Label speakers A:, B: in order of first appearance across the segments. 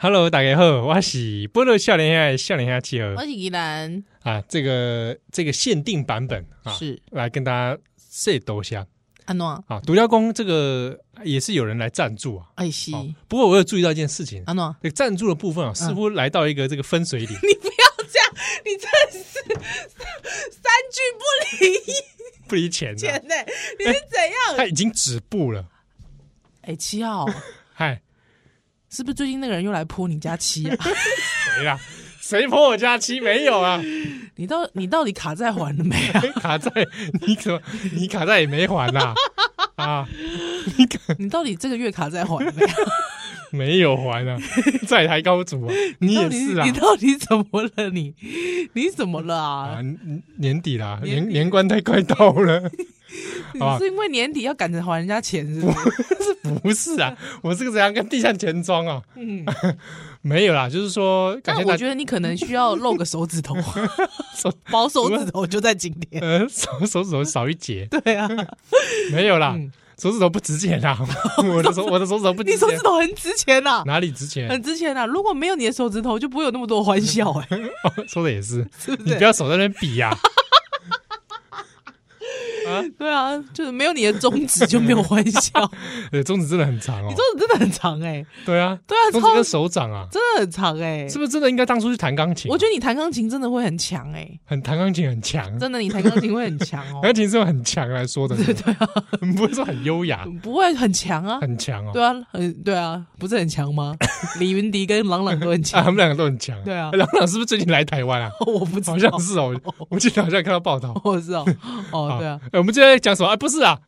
A: Hello，大家好，我是波乐笑脸下笑脸下企鹅
B: 我是宜兰，
A: 啊，这个这个限定版本啊，
B: 是
A: 来跟大家 say 一下
B: 安诺
A: 啊。独家公这个也是有人来赞助啊，
B: 爱西
A: 哦不过我有注意到一件事情，
B: 安诺，
A: 这个赞助的部
B: 嗯
A: 分啊，似乎来到一个这个分 水岭。
B: 你不要这样，你真是三句不离一
A: 不离钱的、
B: 呢、 你是怎样？
A: 他已经止步了。
B: 哎、七号
A: 嗨，
B: 是不是最近那个人又来泼你家七啊？
A: 谁啦？谁泼我家妻没有啊？哎
B: 你到你到底卡债还了没 啊？
A: 卡在你怎么你卡在也没还呐、啊？你卡
B: 你到底这个月卡债还了没、啊？
A: 没有还啊？债台高筑啊！你也
B: 到底
A: 是啊
B: 你到底怎么了你？你怎么了
A: 啊！
B: 啊？
A: 年年底啦，
B: 年
A: 年
B: 底
A: 年关太快到了， 啊
B: 你是因为年底要赶着还人家钱是不是？
A: 不是啊？我这个怎样跟地下钱庄啊？
B: 嗯，
A: 没有啦，就是说感
B: 但
A: 谢
B: 我
A: 大
B: 觉
A: 家，
B: 得你可能需要露个手指头，包 手指头就在今天。
A: 呃， 手手指头少一截，
B: 对啊，
A: 没有啦
B: 嗯，
A: 手指头不值钱啦， 我的手我的手指头不
B: 你
A: 值
B: 手
A: 钱
B: 指，头呃很值钱啊呐、
A: 哪里值钱？
B: 很值钱呐、如果没有你的手指头，就不会有那么多欢笑哎、
A: 哦，说的也是，
B: 是不
A: 你不
B: 是？
A: 要手在那边比 呀、啊！
B: 对啊，就是没有你的中指就没有欢 笑。
A: 呃，中指真的很长哦
B: 你。中指真的很长哎、
A: 对啊，
B: 对啊
A: 中指跟手掌啊，
B: 真的很长哎、
A: 是不是真的应该当初去弹钢琴啊？
B: 我觉得你弹钢琴真的会很强哎、
A: 很弹钢琴很强，啊
B: 真的，你弹钢琴会很强哦、
A: 钢琴是用很强来说的，对对啊， 不是说很优 雅，
B: 不会很强啊。
A: 很强哦。
B: 对啊，很对啊，不是很强吗？李云迪跟郎朗都很
A: 啊，
B: 强
A: 他，们两个都很强。
B: 对 啊
A: 朗朗是不是最近来台 湾啊？
B: 我不知道，
A: 好像是哦，我我记得好像看到报道。
B: 我知道，哦，对啊，嗯
A: 呃，我们今天在讲什么？啊，不是啊，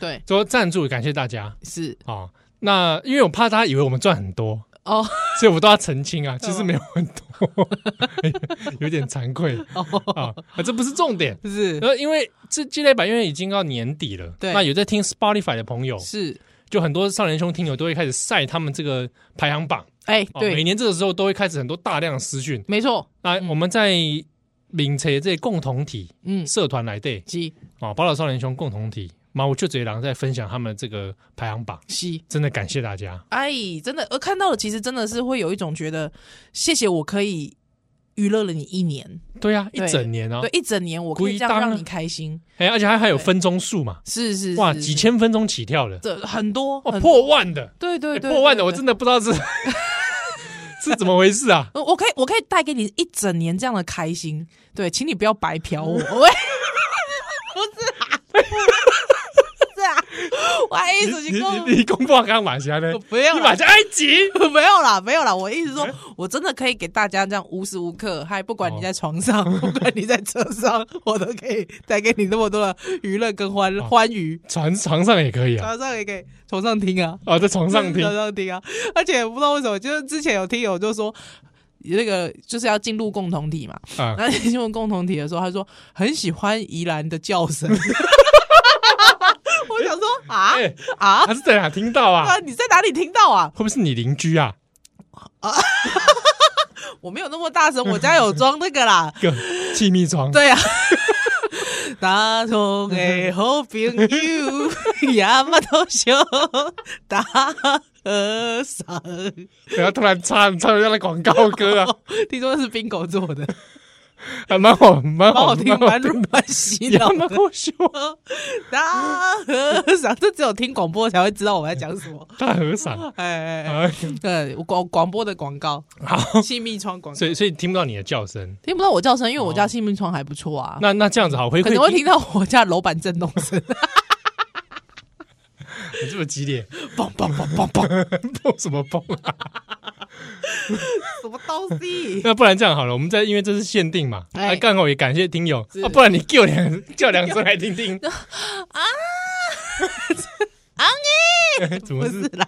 B: 对，
A: 说赞助，感谢大家
B: 是
A: 啊、哦。那因为我怕大家以为我们赚很多，
B: 哦
A: 所以我都要澄清 啊，其实没有很多， 有点惭 愧
B: 哦，
A: 啊啊，这不是重点。
B: 是
A: 呃，因为这这类版因为已经到年底了，
B: 对
A: 那有在听 Spotify 的朋友，
B: 是，
A: 就很多少年兄听友都会开始晒他们这个排行榜，
B: 哎，
A: 哦、每
B: 对，嗯
A: 年这个时候都会开始很多大量的私讯。
B: 没错，
A: 那我们在闽车这共同体
B: 嗯，
A: 社团来对
B: 是
A: 啊，宝岛少年兄共同体，嘛，我就直接狼在分享他们这个排行榜，
B: 是。
A: 真的感谢大家。
B: 哎，真的，而看到的其实真的是会有一种觉得，谢谢我可以娱乐了你一年，
A: 对啊，一
B: 对
A: 整年哦
B: 对，，一整年我可以这
A: 故
B: 样
A: 意当啊
B: 让你开心，
A: 哎，而且还还有
B: 对
A: 分钟数嘛，
B: 是是
A: 哇，
B: 是
A: 几千分钟起跳的，
B: 这很多，
A: 哦，
B: 很
A: 破万的，
B: 对对
A: 欸
B: 对，
A: 破万的，我
B: 的。对
A: 真的不知道是 是怎么回事 啊！
B: 呃我可以，我可以带给你一整年这样的开心。对，请你不要白 嫖我。 喂，不是啊， 不是啊，我还意
A: 你
B: 思是
A: 你
B: 说
A: 你你公布啊刚马霞呢？
B: 不要啊
A: 你
B: 啦
A: 马，霞埃及
B: 没有啦，没有啦。我意思说，我真的可以给大家这样无时无刻，还不
A: 哦
B: 管你在床 上，不管你在车上，我都可以带给你那么多的娱乐跟欢
A: 哦
B: 欢愉。
A: 床床上也可以啊，
B: 床上也可以，床上听啊，
A: 啊，在床上听
B: 床上听啊。而且不知道为什么，就是之前有听友就说。那个就是要进入共同体嘛，
A: 啊，
B: 那进入共同体的时候，他说很喜欢宜兰的 叫声。我想说啊
A: 哎，
B: 啊
A: 他是在哪听到啊
B: 啊！？你在哪里听到啊？
A: 会不会是你邻居啊？
B: 我没有那么大声，我家有装那个啦。
A: 个 气密窗，
B: 对啊， 打通的好 朋友，也没多少大和尚。
A: 不要突然插插人家的广告歌啊，
B: 听说是冰狗做 的，
A: 还蛮好，蛮
B: 哎蛮
A: 好，
B: 好听，蛮蛮洗
A: 也
B: 脑
A: 蛮
B: 的。
A: 好笑。
B: 大和尚，这只有听广播才会知道我在讲什 么。
A: 大和尚
B: 哎哎哎，
A: 啊，
B: 对，我广广播的广告，
A: 好，
B: 气密窗广 告
A: 所，以所以听不到你的叫声，
B: 听不到我叫声，因为我家气密窗还不错啊。
A: 那那这样子好，回
B: 可能会
A: 馈
B: 听到我家楼板震动 声，
A: 你这么激烈，
B: 砰砰砰砰砰，
A: 蹦什么蹦啊？
B: 什么东西？
A: 那不然这样好了，我们再因为这是限定嘛，
B: 哎
A: 啊，刚好也感谢听友
B: 是
A: 啊，不然你叫两叫两声来听 听啊，昂 哎，怎么
B: 不
A: 是
B: 是啦，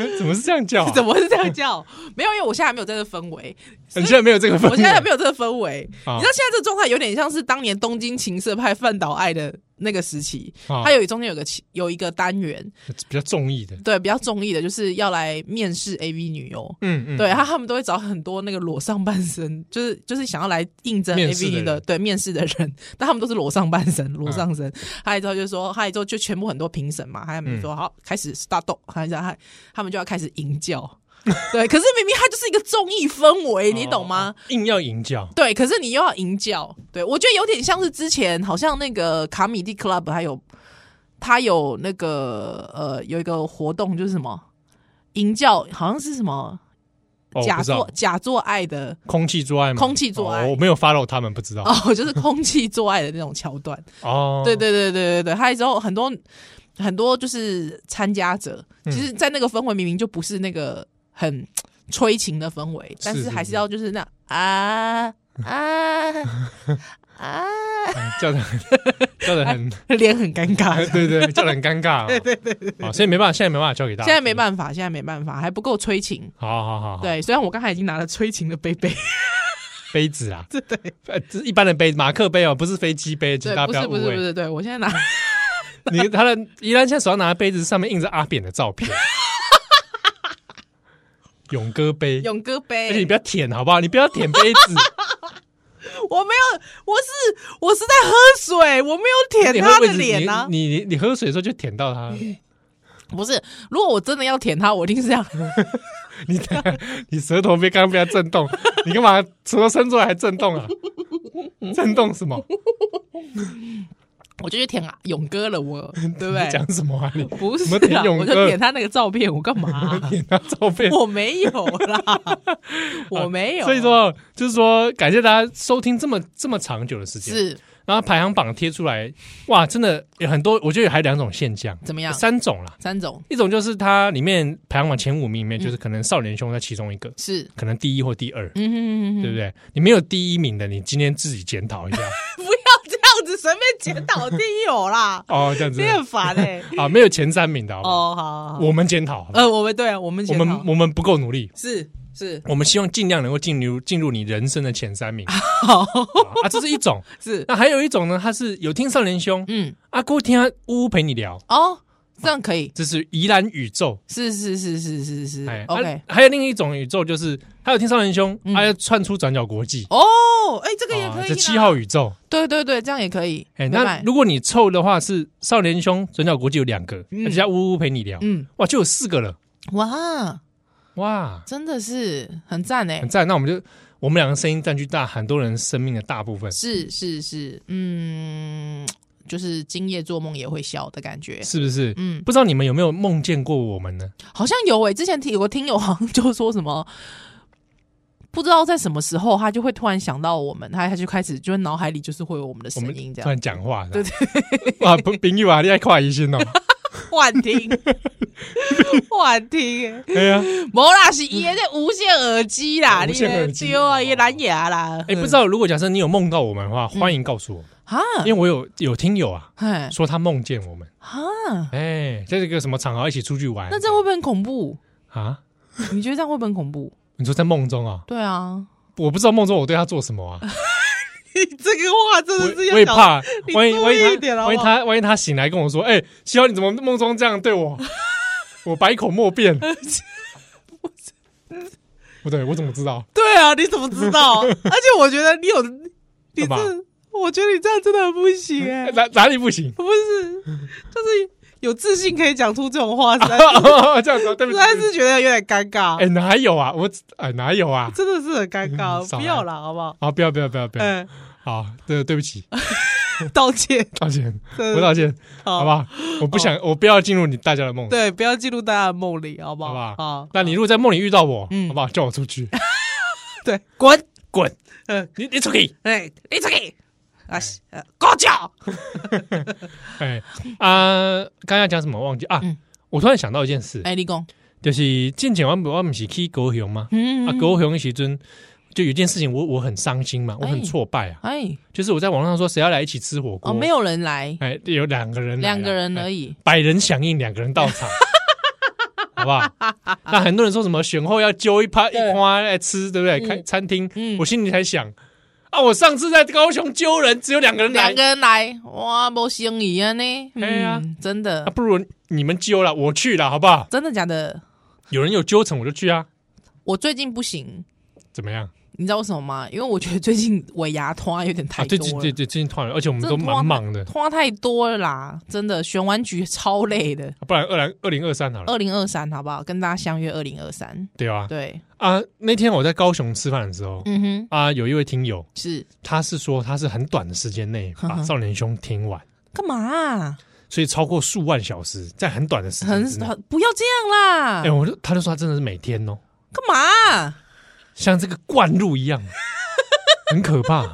A: 哎怎么是这样 叫啊？
B: 怎么是这样叫？没有，因为我现在还没有在这氛围，
A: 你现在没有这个氛围？
B: 我现在还没有这个氛围。
A: 啊
B: 你知道现在这个状态有点像是当年东京情色派饭岛爱的那个时期，
A: 啊
B: 它有中间有个其有一个单元，
A: 比较中意的，
B: 对，比较中意的就是要来面试 AV 女优。
A: 嗯嗯，
B: 对，他他们都会找很多那个裸上半身，就是就是想要来应征
A: 面试的
B: AV 女的
A: 人嗯
B: 对面试的人，但他们都是裸上半身，裸上身。还有之后就说，还有之
A: 嗯
B: 后就全部很多评审嘛，还有他们说、好开始 start，还有他他们就要开始淫叫， 对，可是明明它就是一个综艺氛围，哎你懂吗？
A: 哦？硬要引脚，
B: 对，可是你又要营教，对我觉得有点像是之前好像那个卡米蒂 club 还有他有那个呃有一个活动就是什么营教，好像是什么
A: 哦，
B: 假
A: 不知
B: 做、
A: 道
B: 假做爱的
A: 空气做爱吗？
B: 空气做爱
A: 哦我没有 follow 他们，不知道
B: 哦，就是空气做爱的那种桥段。
A: 哦。
B: 对对对对对对，还有之后很多很多就是参加者，
A: 嗯
B: 其实，在那个氛围明明就不是那个很催情的氛围，但
A: 是
B: 是
A: 是
B: 还
A: 是
B: 是要就是那啊啊啊，
A: 嗯，叫的 叫的 很，
B: 脸很尴尬。
A: 对对，叫的很尴 尬，对对对，哦，所以没办法，现在没办法教给大
B: 现
A: 家，
B: 在没办法，现在没办法，还不够催情。
A: 法，好好好，好，
B: 对，虽然我刚才已经拿了催情的杯杯，
A: 杯子啊，
B: 对 对
A: 呃，这是一般的杯，马克杯哦，不是飞机杯，请
B: 对，
A: 大家
B: 不
A: 要
B: 是
A: 误
B: 不是不
A: 会。
B: 是，对我现在拿
A: 你他的宜兰现在手上拿的杯子上面印着阿扁的照 片，勇哥杯，
B: 勇哥
A: 而且你
B: 杯
A: 不，要舔好不好？你不要舔杯子，
B: 我没有，我是我是在喝水，我没
A: 你
B: 有 舔
A: 会
B: 他
A: 不会
B: 的脸啊。
A: 你你你你喝水的时候就舔到他，
B: 不是，如果我真的要舔他，我一定是这样。
A: 你你舌头被刚刚被它震动，你干嘛舌头伸出来还震动啊？震动什么？
B: 我就去舔啊勇哥了，我 对
A: 你
B: 不对？
A: 讲什么啊？你
B: 不
A: 什么
B: 是
A: 舔
B: 啊，
A: 勇
B: 我就
A: 哥
B: 舔他那个照片，我干嘛 啊、
A: 舔他照片？
B: 我没有啦，我没有。
A: 所以说，就是说，感谢大家收听这么这么长久的时间。
B: 是
A: 然后排行榜贴出来，哇，真的有很多，我觉得还有两种现象，
B: 怎么样？
A: 三种啦。
B: 三种
A: 一种就是它里面排行榜前五名里面，
B: 嗯
A: 就是可能少年兄在其中一个，
B: 是，
A: 可能第一或第二，
B: 嗯哼哼哼哼
A: 对不对？你没有第一名的，你今天自己检讨一下，
B: 不要这样子随便检讨地友啦
A: 哦，这样子
B: 你很烦哎、
A: 啊，没有前三名的，好不好
B: 哦，好好好，
A: 我们检讨，好不好
B: 呃，我们对啊，我们
A: 我
B: 检讨
A: 们我们不够努力，
B: 是是
A: 我们希望尽量能够进入进入你人生的前三名啊，
B: 好
A: 这是一种。
B: 是，
A: 那还有一种呢，他是有听少年兄
B: 嗯，
A: 阿姑听他呜呜陪你聊，
B: 哦，这样可以，
A: 这是宜兰宇宙。
B: 是是是是是是
A: 哎
B: ，OK
A: 啊。还有另一种宇宙，就是还有听少年兄，
B: 嗯
A: 还要窜出转角国际，
B: 哦，哎，这个也
A: 啊
B: 可以
A: 这
B: 啦，
A: 七号宇宙。
B: 对对对，这样也可以。
A: 哎，
B: 拜
A: 那
B: 拜
A: 如果你凑的话，是少年兄、转角国际有两个，
B: 嗯
A: 再加呜呜陪你聊，
B: 嗯，
A: 哇，就有四个了，
B: 哇，
A: 哇，
B: 真的是很赞哎
A: 很，赞。那我们就我们两个声音占据大很多人生命的大部分，
B: 是是是，嗯，就是今夜做梦也会笑的感觉。
A: 是不是？
B: 嗯，
A: 不知道你们有没有梦见过我们呢？
B: 好像有哎、之前听有个听友好像就说什么，不知道在什么时候他就会突然想到我们，他他就开始就是脑海里就是会有我们的
A: 我
B: 声
A: 们
B: 音这
A: 突
B: 样
A: 然讲话，对对， 哇，不，冰玉啊，你爱跨一 心哦，
B: 幻听， 幻听、欸，
A: 哎呀，
B: 没啦是伊那无线耳机啦，
A: 哦无
B: 你
A: 线耳
B: 的
A: 机
B: 丢啊，伊蓝牙啦，
A: 哎，不知道，如果假设你有梦到我们的话，
B: 嗯
A: 欢迎告诉我，
B: 哈，
A: 因为我有有听友啊
B: 哎
A: 说他梦见我们。
B: 哈，
A: 哎，在这个什么场合一起出去玩？
B: 嗯那这样会不会很恐 怖？
A: 啊？
B: 你觉得这样会不会很恐怖？
A: 你说在梦中啊？
B: 对啊，
A: 我不知道梦中我对他做什么啊，
B: 这个话真
A: 我我也怕，
B: 你
A: 万一万
B: 注意
A: 一
B: 一点
A: 他
B: 好不好
A: 万一他万一他醒来跟我说，哎，希望你怎么梦中这样对我， 我百口莫 辩。不对，我怎么知道？
B: 对啊，你怎么知道？ 而且我觉得你有，你
A: 干嘛
B: 这，我觉得你这样真的很不行哎、
A: 哪哪里不行？
B: 不是，就是有自信可以讲出这种话，实在是
A: 这样子啊，对不起。
B: 实在
A: 对不
B: 是
A: 起
B: 觉得有点尴尬，
A: 哎，哪有啊？我哎哪有啊？
B: 真的是很尴
A: 嗯
B: 尬，
A: 少
B: 不
A: 来
B: 要啦，好不好？
A: 啊，不要不要不要不要！
B: 嗯，
A: 好，对对不起，
B: 道歉，
A: 道歉，
B: 真
A: 我
B: 的
A: 道歉，好
B: 嗯好
A: 不？好？我不想，我不要进入你大家的梦。
B: 对，不要进入大家的梦里，好不好？
A: 好不
B: 啊，
A: 那你如果在梦里遇到我，
B: 嗯
A: 好不好？叫我出 去，
B: 对，滚，
A: 滚！
B: 嗯，
A: 你你出 去！
B: 哎，你出去啊，呃高脚，
A: 哎啊，刚刚要讲什么忘记啊
B: 嗯？
A: 我突然想到一件事，
B: 哎，立功，
A: 就是近前我们我们是去高雄吗？
B: 嗯
A: 啊，，高雄的时阵就有一件事情，我我很伤心嘛，我很挫败啊，
B: 哎，
A: 就是我在网上说谁要来一起吃火锅，
B: 哦，没
A: 有，
B: 有人来，
A: 哎，有两个人来啊，
B: 两个人而
A: 已，
B: 已，
A: 百人响应，两个人到场。 好不好？那很多人说什么选后要揪一趴一
B: 对
A: 趴来吃，对不对？
B: 嗯
A: 开餐厅，
B: 嗯
A: 我心里才想啊，我上次在高雄揪人，只有两个人来
B: 两，个人来，哇，没生意啊呢！
A: 哎呀
B: 嗯，真的
A: 啊，，不如你们揪了，我去了，好不好？
B: 真的假的？
A: 有人有揪成我就去啊，
B: 我最近不行，
A: 怎么样
B: 你知道为什么吗？因为我觉得最近尾牙拖有点
A: 啊？
B: 太多
A: 对
B: 了，
A: 对对对，最近突然，而且我们
B: 真
A: 都
B: 的啊
A: 蛮
B: 突然
A: 忙的，
B: 拖太多了啦，真的选完局超累的。
A: 啊不然二零二零二三好了，
B: 二零二三好不好？跟大家相约二零二三。
A: 对啊
B: 对，
A: 啊！那天我在高雄吃饭的时候
B: 嗯哼，
A: 啊，有一位听友，
B: 是
A: 他是说他是很短的时间内
B: 呵
A: 把
B: 呵
A: 少年兄听完，
B: 干嘛啊、
A: 所以超过数万小时，在很短的时间
B: 很
A: 之内。
B: 很不要这样啦，
A: 哎、我就他就说他真的是每天哦，
B: 干嘛啊、
A: 像这个灌入一 样，很可怕。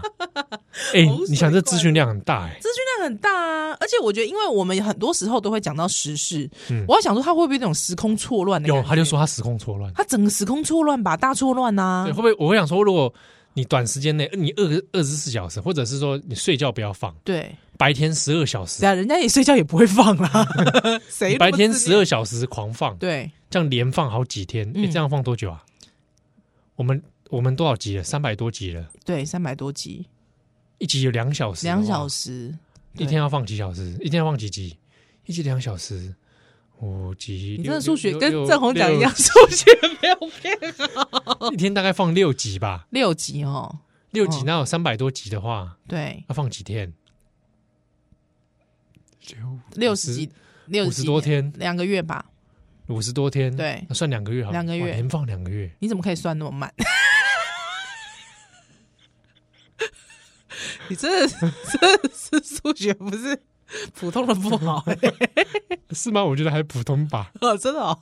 A: 哎、
B: 口水
A: 你想这
B: 灌
A: 资讯量很大哎、
B: 资讯量很大啊，而且我觉得，因为我们很多时候都会讲到时事，
A: 嗯
B: 我在想说他会不会有那种时空错乱的感
A: 有
B: 觉？
A: 他就说他时空错乱，
B: 他整个时空错乱吧，大错乱啊呐、
A: 对，会不会我会想说，如果你短时间内你二二十四小时，或者是说你睡觉不要放，
B: 对，
A: 白天十二小时
B: 对，啊，人家也睡觉也不会放 啦，谁
A: 你白天十二
B: 二
A: 小时狂放，
B: 对
A: 这样连放好几天，哎、
B: 嗯
A: 这样放多久啊？我们我们多少集了？三百多集了，
B: 对三百多集，
A: 一集有两小时，哦
B: 两小，时，对
A: 一天啊要放几小时？一天要放几集？一集两小时，五集。六
B: 你真的数学
A: 六
B: 跟
A: 六
B: 郑红讲一样，
A: 六
B: 数学没有变
A: 一天大概放六集吧，
B: 六集哦，
A: 六集
B: 嗯
A: 那有三百多集的话，
B: 对，
A: 要放几天？九
B: 六十集，六
A: 五
B: 几
A: 十多，天，
B: 两个月吧？
A: 五十多天，
B: 对
A: 那算两个月好了，
B: 两个月
A: 哇连放两个月，
B: 你怎么可以算那么慢？ 你真的 真的是数学不是普通的不好、欸，
A: 是吗？我觉得还普通吧。
B: 真的哦。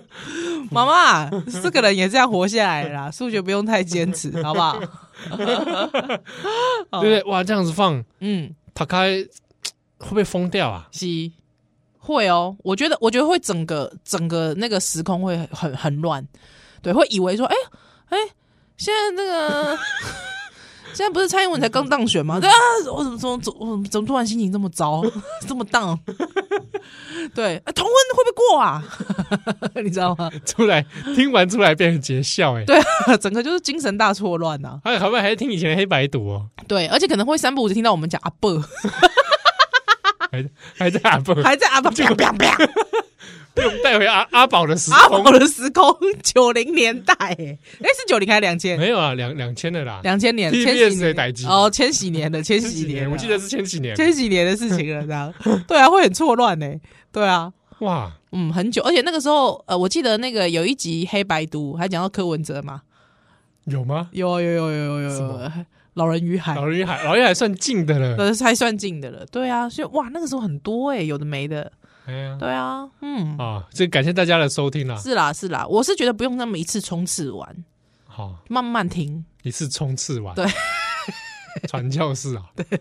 B: 妈妈，这个人也这样活下来了啦，数学不用太坚持，好不好？哦
A: 对不对？哇，这样子放，
B: 嗯，
A: 他开会不会疯掉啊？
B: 是会哦。我觉得，我觉得会整个整个那个时空会很很乱，对，会以为说，哎、哎、现在那个 现在不是蔡英文才刚当选吗？对啊，我怎么怎么怎么怎么突然心情这么糟， 这么荡？对，啊同婚会不会过啊？ 你知道吗？
A: 出来听完出来变成杰笑哎、欸，
B: 对啊，整个就是精神大错乱呐、
A: 还还不还听以前的黑白读哦，
B: 对，而且可能会三不五时听到我们讲阿伯，
A: 还还在 阿宝，
B: 还在阿伯，啪啪啪
A: 被我们带回阿阿宝的时
B: 阿
A: 空
B: 宝，的时空，九零年代，哎、是九零还是两千？
A: 没有啊，两两千的啦，
B: 两千年
A: TBS
B: 千
A: 的
B: 禧年
A: 代志
B: 哦，千禧年的 千
A: 千
B: 禧
A: 禧年，啊
B: 年啊的，
A: 我记得是千禧年，
B: 千禧年的事情了，这样 对啊，会很错乱呢。对啊，
A: 哇，
B: 嗯，很久，而且那个时候，呃，我记得那个有一集黑白读还讲到柯文哲嘛，
A: 有吗？
B: 有有有有有
A: 什
B: 有
A: 么，
B: 老人与海，
A: 老人与海，老人与海算近的了，
B: 那才算近的了。对啊，所以哇，那个时候很多哎，有的没的。
A: 哎呀，
B: 对啊，嗯，
A: 啊，这感谢大家的收听啦，
B: 是啦是啦，我是觉得不用那么一次冲刺完，
A: 好，
B: 慢慢听。
A: 一次冲刺完，
B: 对，
A: 传教士 啊，对对，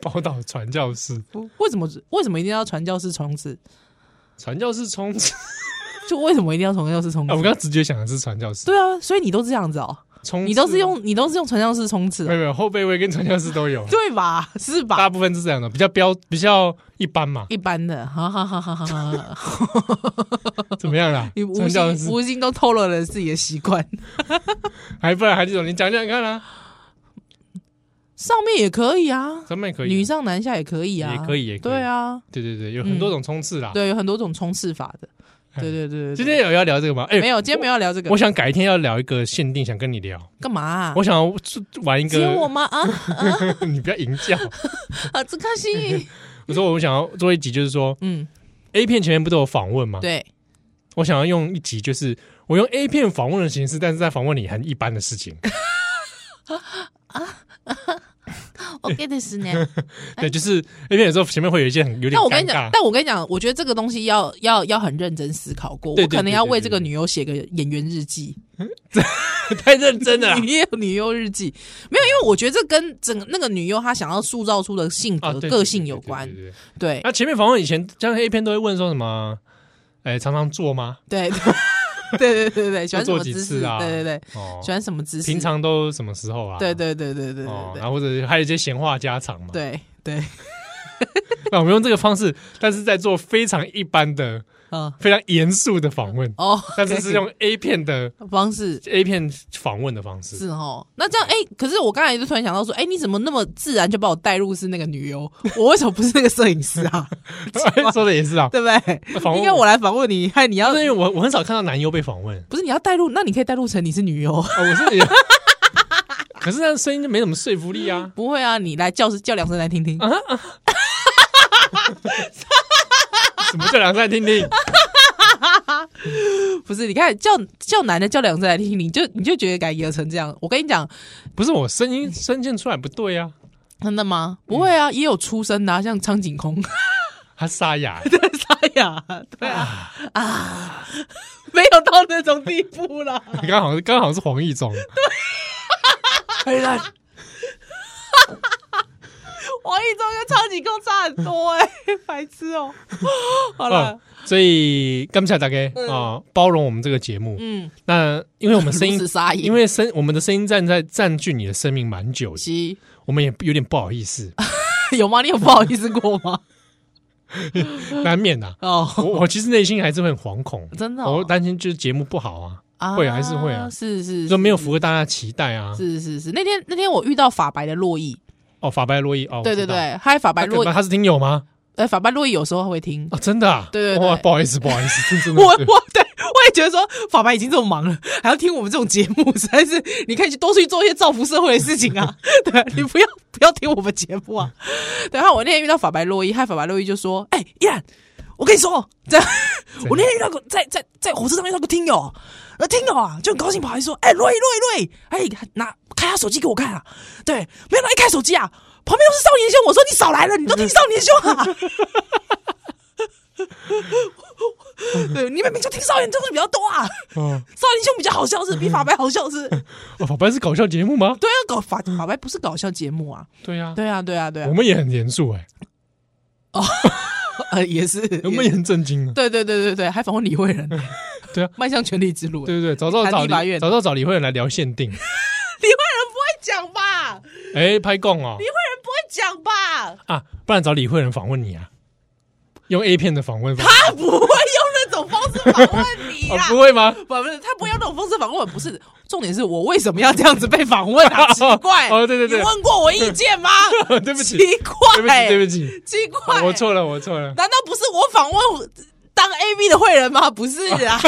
A: 宝岛传教士，
B: 不为什么为什么一定要传教士冲刺？
A: 传教士冲刺，啊，
B: 就为什么一定要传教士冲刺？
A: 我刚刚直觉想的是传教士，
B: 对啊，所以你都这样子哦、
A: 冲刺，
B: 你都是用你都是用传教士冲刺哦、
A: 没有没有后背位跟传教士都有，
B: 对 吧？ 是
A: 大
B: 吧？，
A: 部分是这样的，比较标比较一般嘛
B: 一般的，哈哈哈哈哈哈！
A: 怎么样啦？
B: 你无
A: 传教
B: 心
A: 士，
B: 无心都透露了自己的习惯，
A: 还不然还这种，你讲讲看啊，
B: 上面也可以啊，
A: 咱们也可以，
B: 女上男下也可以啊，
A: 也可以也可以
B: 对啊，
A: 对对对，有很多种冲刺啦。
B: 对，有很多种冲刺法的，
A: 哎
B: 对对对对对。
A: 今天有要聊这个吗？哎、
B: 没有，今天没有要聊这个
A: 我，想改天要聊一个限定，想跟你聊。
B: 干嘛啊？
A: 我想要玩一
B: 只有我
A: 个，
B: 吗？啊
A: 你不要淫叫。
B: 啊，只开 心。
A: 我说我想要做一集，就是说
B: 嗯，
A: A 片前面不都有访问吗？
B: 对，
A: 我想要用一集，就是我用 A 片访问的形式，但是在访问你很一般的事 情。
B: 我 get 的 十年。
A: 对，就是 A 片有时候前面会有一些很有点
B: 但我跟
A: 尴
B: 你讲
A: 尬，。
B: 但我跟你讲，我觉得这个东西要要要很认真思考过，
A: 对
B: 我
A: 对
B: 可能
A: 对
B: 要
A: 对
B: 为
A: 对
B: 这个
A: 对
B: 女优写个演员日记。
A: 太认真了啦。啊
B: 女优女优日记没有，因为我觉得这跟整个那个女优她想要塑造出的性格、
A: 啊，对
B: 个性有关
A: 对。对对对对
B: 对
A: 那前面访问以前，像 A 片都会问说什么？哎，常常做吗？
B: 对 对对对对，喜欢什
A: 做
B: 么
A: 几
B: 姿
A: 次
B: 势？
A: 啊
B: 对对对，
A: 哦
B: 喜，欢什么姿势？
A: 平常都什么时候啊？
B: 对对对对对
A: 哦，
B: 对
A: 然后或者还有一些闲话家常嘛。
B: 对对对
A: 那我们用这个方式，但是在做非常一般的、
B: 嗯，
A: 非常严肃的访 问，
B: 哦，
A: 但是是用 A 片的
B: 方式
A: A 片访问的方式。
B: 是哦。那这样，哎、可是我刚才就突然想到说，哎、你怎么那么自然就把我带入是那个 女优？我为什么不是那个摄影师啊？
A: 说的也是啊，
B: 对不对？
A: 访问
B: 应该我来访问你，害你要
A: 但是因为我我很少看到男优被访问，
B: 不是你要带入，那你可以带入成你是女优。
A: 哦，我是也， 可是那声音就没什么说服力啊。
B: 不会啊，你来叫叫两声来听听。
A: 什么叫两三听听？
B: 不是，你看叫叫男的叫两声来听听，你就你就觉得改野成这样。我跟你讲，
A: 不是我声音声线出来不对啊，
B: 真的吗？不会
A: 嗯
B: 啊，也有出声的、啊，像苍井空、
A: 他沙哑，
B: 沙哑，对啊啊， 没有到那种地步啦。
A: 刚好刚好是黄义中，
B: 黑人， 王一中跟苍井空差很多哎、白痴 哦、好了
A: 嗯，，所以感谢大家啊，包容我们这个节目。
B: 嗯，
A: 那因为我们声音
B: 如此沙哑
A: 因为声我们的声音站在占据你的生命蛮久的，
B: 七
A: 我们也有点不好意 思，
B: 有吗？你有不好意思过吗？
A: 难免呐。我
B: 哦，
A: 我其实内心还是会很惶恐，
B: 真的哦
A: 我担心就是节目不好啊，
B: 啊
A: 会啊还是会啊
B: 是是
A: 就是没有符合大家的期待啊。
B: 是是是。那天那天我遇到法白的洛伊，
A: 哦，法白洛伊哦，
B: 对
A: 我
B: 对
A: 知道，
B: 对，嗨，法白
A: 白
B: 洛
A: 洛
B: 伊，
A: 他是听友吗？
B: 呃，法白洛伊有时候会听。
A: 哦，真的啊，
B: 对对对
A: 哇不好意思，不好意 思，真真的
B: 我我对我也觉得说，法白已经这么忙了，还要听我们这种节目， 实在是你可以去多去做一些造福社会的事情啊！ 对你不要不要听我们节目啊！对，然后我那天遇到法白洛伊，害法白洛伊就说：“哎、依然，我跟你说，这样我那天遇到个在在在火车上遇到个听友，那听友啊就很高兴跑来说：‘哎、洛伊洛伊洛伊，哎、拿开他手机给我看啊！’对，没有他一开手机啊，旁边都是少年兄，我说你少来了，你都听少年兄啊！” 对，你明明就听少年就是比较多啊，
A: 哦
B: 少年兄比较好笑 是，比法白好笑是。对
A: 哦，法白是搞笑节目吗？
B: 啊，搞法法白不是搞笑节目啊，
A: 对呀，
B: 对啊，对啊，对啊
A: 我，们也很严肃哎，
B: 呃，也是，
A: 我们
B: 也
A: 也很震惊啊。
B: 对对对对对，还访问李慧 仁，
A: 对啊，
B: 迈向权力之路，李
A: 对
B: 慧
A: 对对，早知道
B: 谈
A: 找
B: 立法
A: 李
B: 院
A: 早知道找李慧仁来聊限 定，
B: 仁不会讲吧？李
A: 哎，拍供哦
B: 慧仁不会讲吧？
A: 啊，不然找李慧仁访问你啊，用 A 片的访问方式
B: 他不会用那种方式访问 你
A: 哦
B: 啊，
A: 不会吗？
B: 不不是，他不要那种方式访问，不是重点是我为什么要这样子被访问啊？奇 怪，
A: 哦对对对
B: 你问过我意见吗？
A: 对不
B: 奇
A: 起，
B: 怪，
A: 对不起，对不起，啊
B: 奇怪，
A: 我错了，我错了。
B: 难道不是我访问当 A B 的会人吗？不是啊，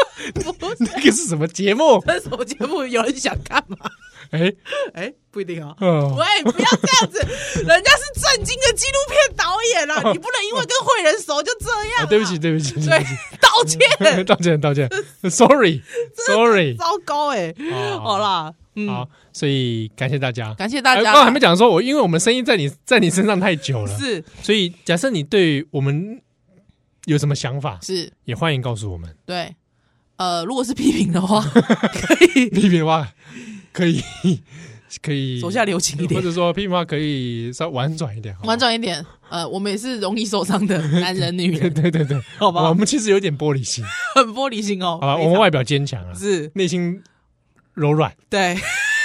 B: 不是
A: 那个是什么节目？
B: 这是什么节目？有人想看吗？
A: 哎，
B: 哎，不一定啊、
A: 哦，
B: 喂，不要这 样子，人家是正经的纪录片导演啦，你不能因为跟会人熟就这样、
A: 哦啊对不起，，对不起，
B: 对
A: 对不，
B: 道歉，
A: 起，道歉，道歉，sorry，sorry。
B: 糟糕哎、
A: 哦
B: 好啦，嗯，
A: 好，所以感谢大家。
B: 感谢大
A: 哎
B: 家
A: 刚刚还没讲说，我因为我们声音在你在你身上太久了，
B: 是
A: 所以假设你对我们有什么想法，
B: 是，
A: 也欢迎告诉我们。
B: 对，呃，如果是批评的话，可以
A: 批评的话，可以可以
B: 手下留情一
A: 或
B: 点。
A: 者说批评的话可以稍婉转一点，好不好
B: 婉。转一点，呃，我们也是容易受伤的男人、女
A: 对
B: 人，
A: 对对对，
B: 好吧
A: 我们其实有点玻璃心，
B: 很玻璃心哦。
A: 好吧，
B: 非
A: 我们
B: 常
A: 外表坚强啊，
B: 是
A: 内心柔软，
B: 对，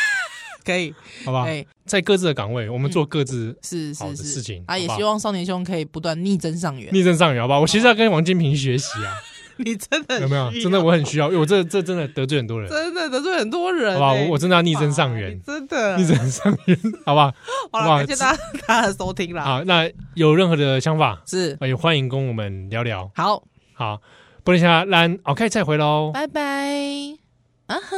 B: 可以，
A: 好不好？
B: 哎，
A: 在各自的岗位，我们做各自
B: 是
A: 好
B: 是
A: 的
B: 是
A: 事情
B: 啊，也
A: 好不好
B: 希望少年兄可以不断逆增上缘。
A: 逆正上扬，好不好？我其实要跟王金平学习啊，
B: 你真的
A: 有没有？真的，我很需要，因为我这这真的得罪很多人，
B: 真的得罪很多人
A: 好
B: 欸，
A: 不好？我我
B: 真
A: 真
B: 啊
A: 的要逆增上缘，
B: 真的
A: 逆增上缘，好 不好？
B: 好了，
A: 哇
B: 感谢大家大家的收听啦，
A: 好，那有任何的想法，呃
B: 是
A: 也欢迎跟我们聊聊。
B: 好，
A: 好，不能下咱后开再回喽。
B: 拜拜啊哈。